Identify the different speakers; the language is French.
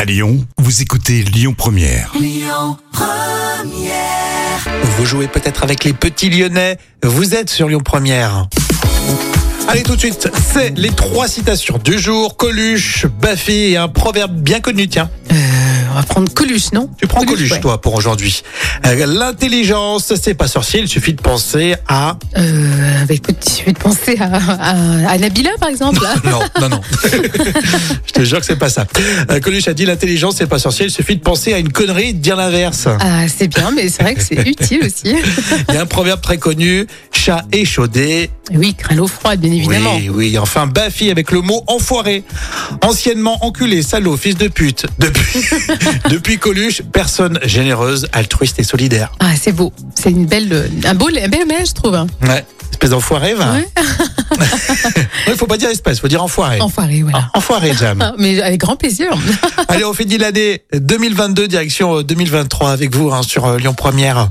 Speaker 1: À Lyon, vous écoutez Lyon Première.
Speaker 2: Vous jouez peut-être avec les petits Lyonnais. Vous êtes sur Lyon Première. Allez tout de suite, c'est les trois citations du jour. Coluche, Baffy et un proverbe bien connu, tiens.
Speaker 3: On va prendre Coluche, non
Speaker 2: Tu prends Coluche,
Speaker 3: ouais.
Speaker 2: toi, pour aujourd'hui. Euh, L'intelligence, c'est pas sorcier, il suffit de penser à...
Speaker 3: Euh, avec petit, je vais te penser à, à, à Nabila, par exemple.
Speaker 2: Non, non, non. Je te jure que c'est pas ça. Euh, Coluche a dit l'intelligence, c'est pas sorcier, il suffit de penser à une connerie et de dire l'inverse.
Speaker 3: Ah, c'est bien, mais c'est vrai que c'est utile aussi.
Speaker 2: Il y a un proverbe très connu, chat échaudé,
Speaker 3: Oui, crains l'eau froide, bien évidemment.
Speaker 2: Oui, oui. Enfin, Bafi avec le mot enfoiré. Anciennement enculé, salaud, fils de pute. Depuis, depuis Coluche, personne généreuse, altruiste et solidaire.
Speaker 3: Ah, c'est beau. C'est une belle, euh, un beau, un bel hommage, je trouve. hein.
Speaker 2: Ouais. Espèce d'enfoiré, va.
Speaker 3: Ouais.
Speaker 2: Ouais, faut pas dire espèce, faut dire enfoiré.
Speaker 3: Enfoiré, voilà.
Speaker 2: Ah, enfoiré, Jam.
Speaker 3: Ah, Mais avec grand plaisir.
Speaker 2: Allez, on finit l'année 2022, direction euh, 2023 avec vous hein, sur euh, Lyon Première.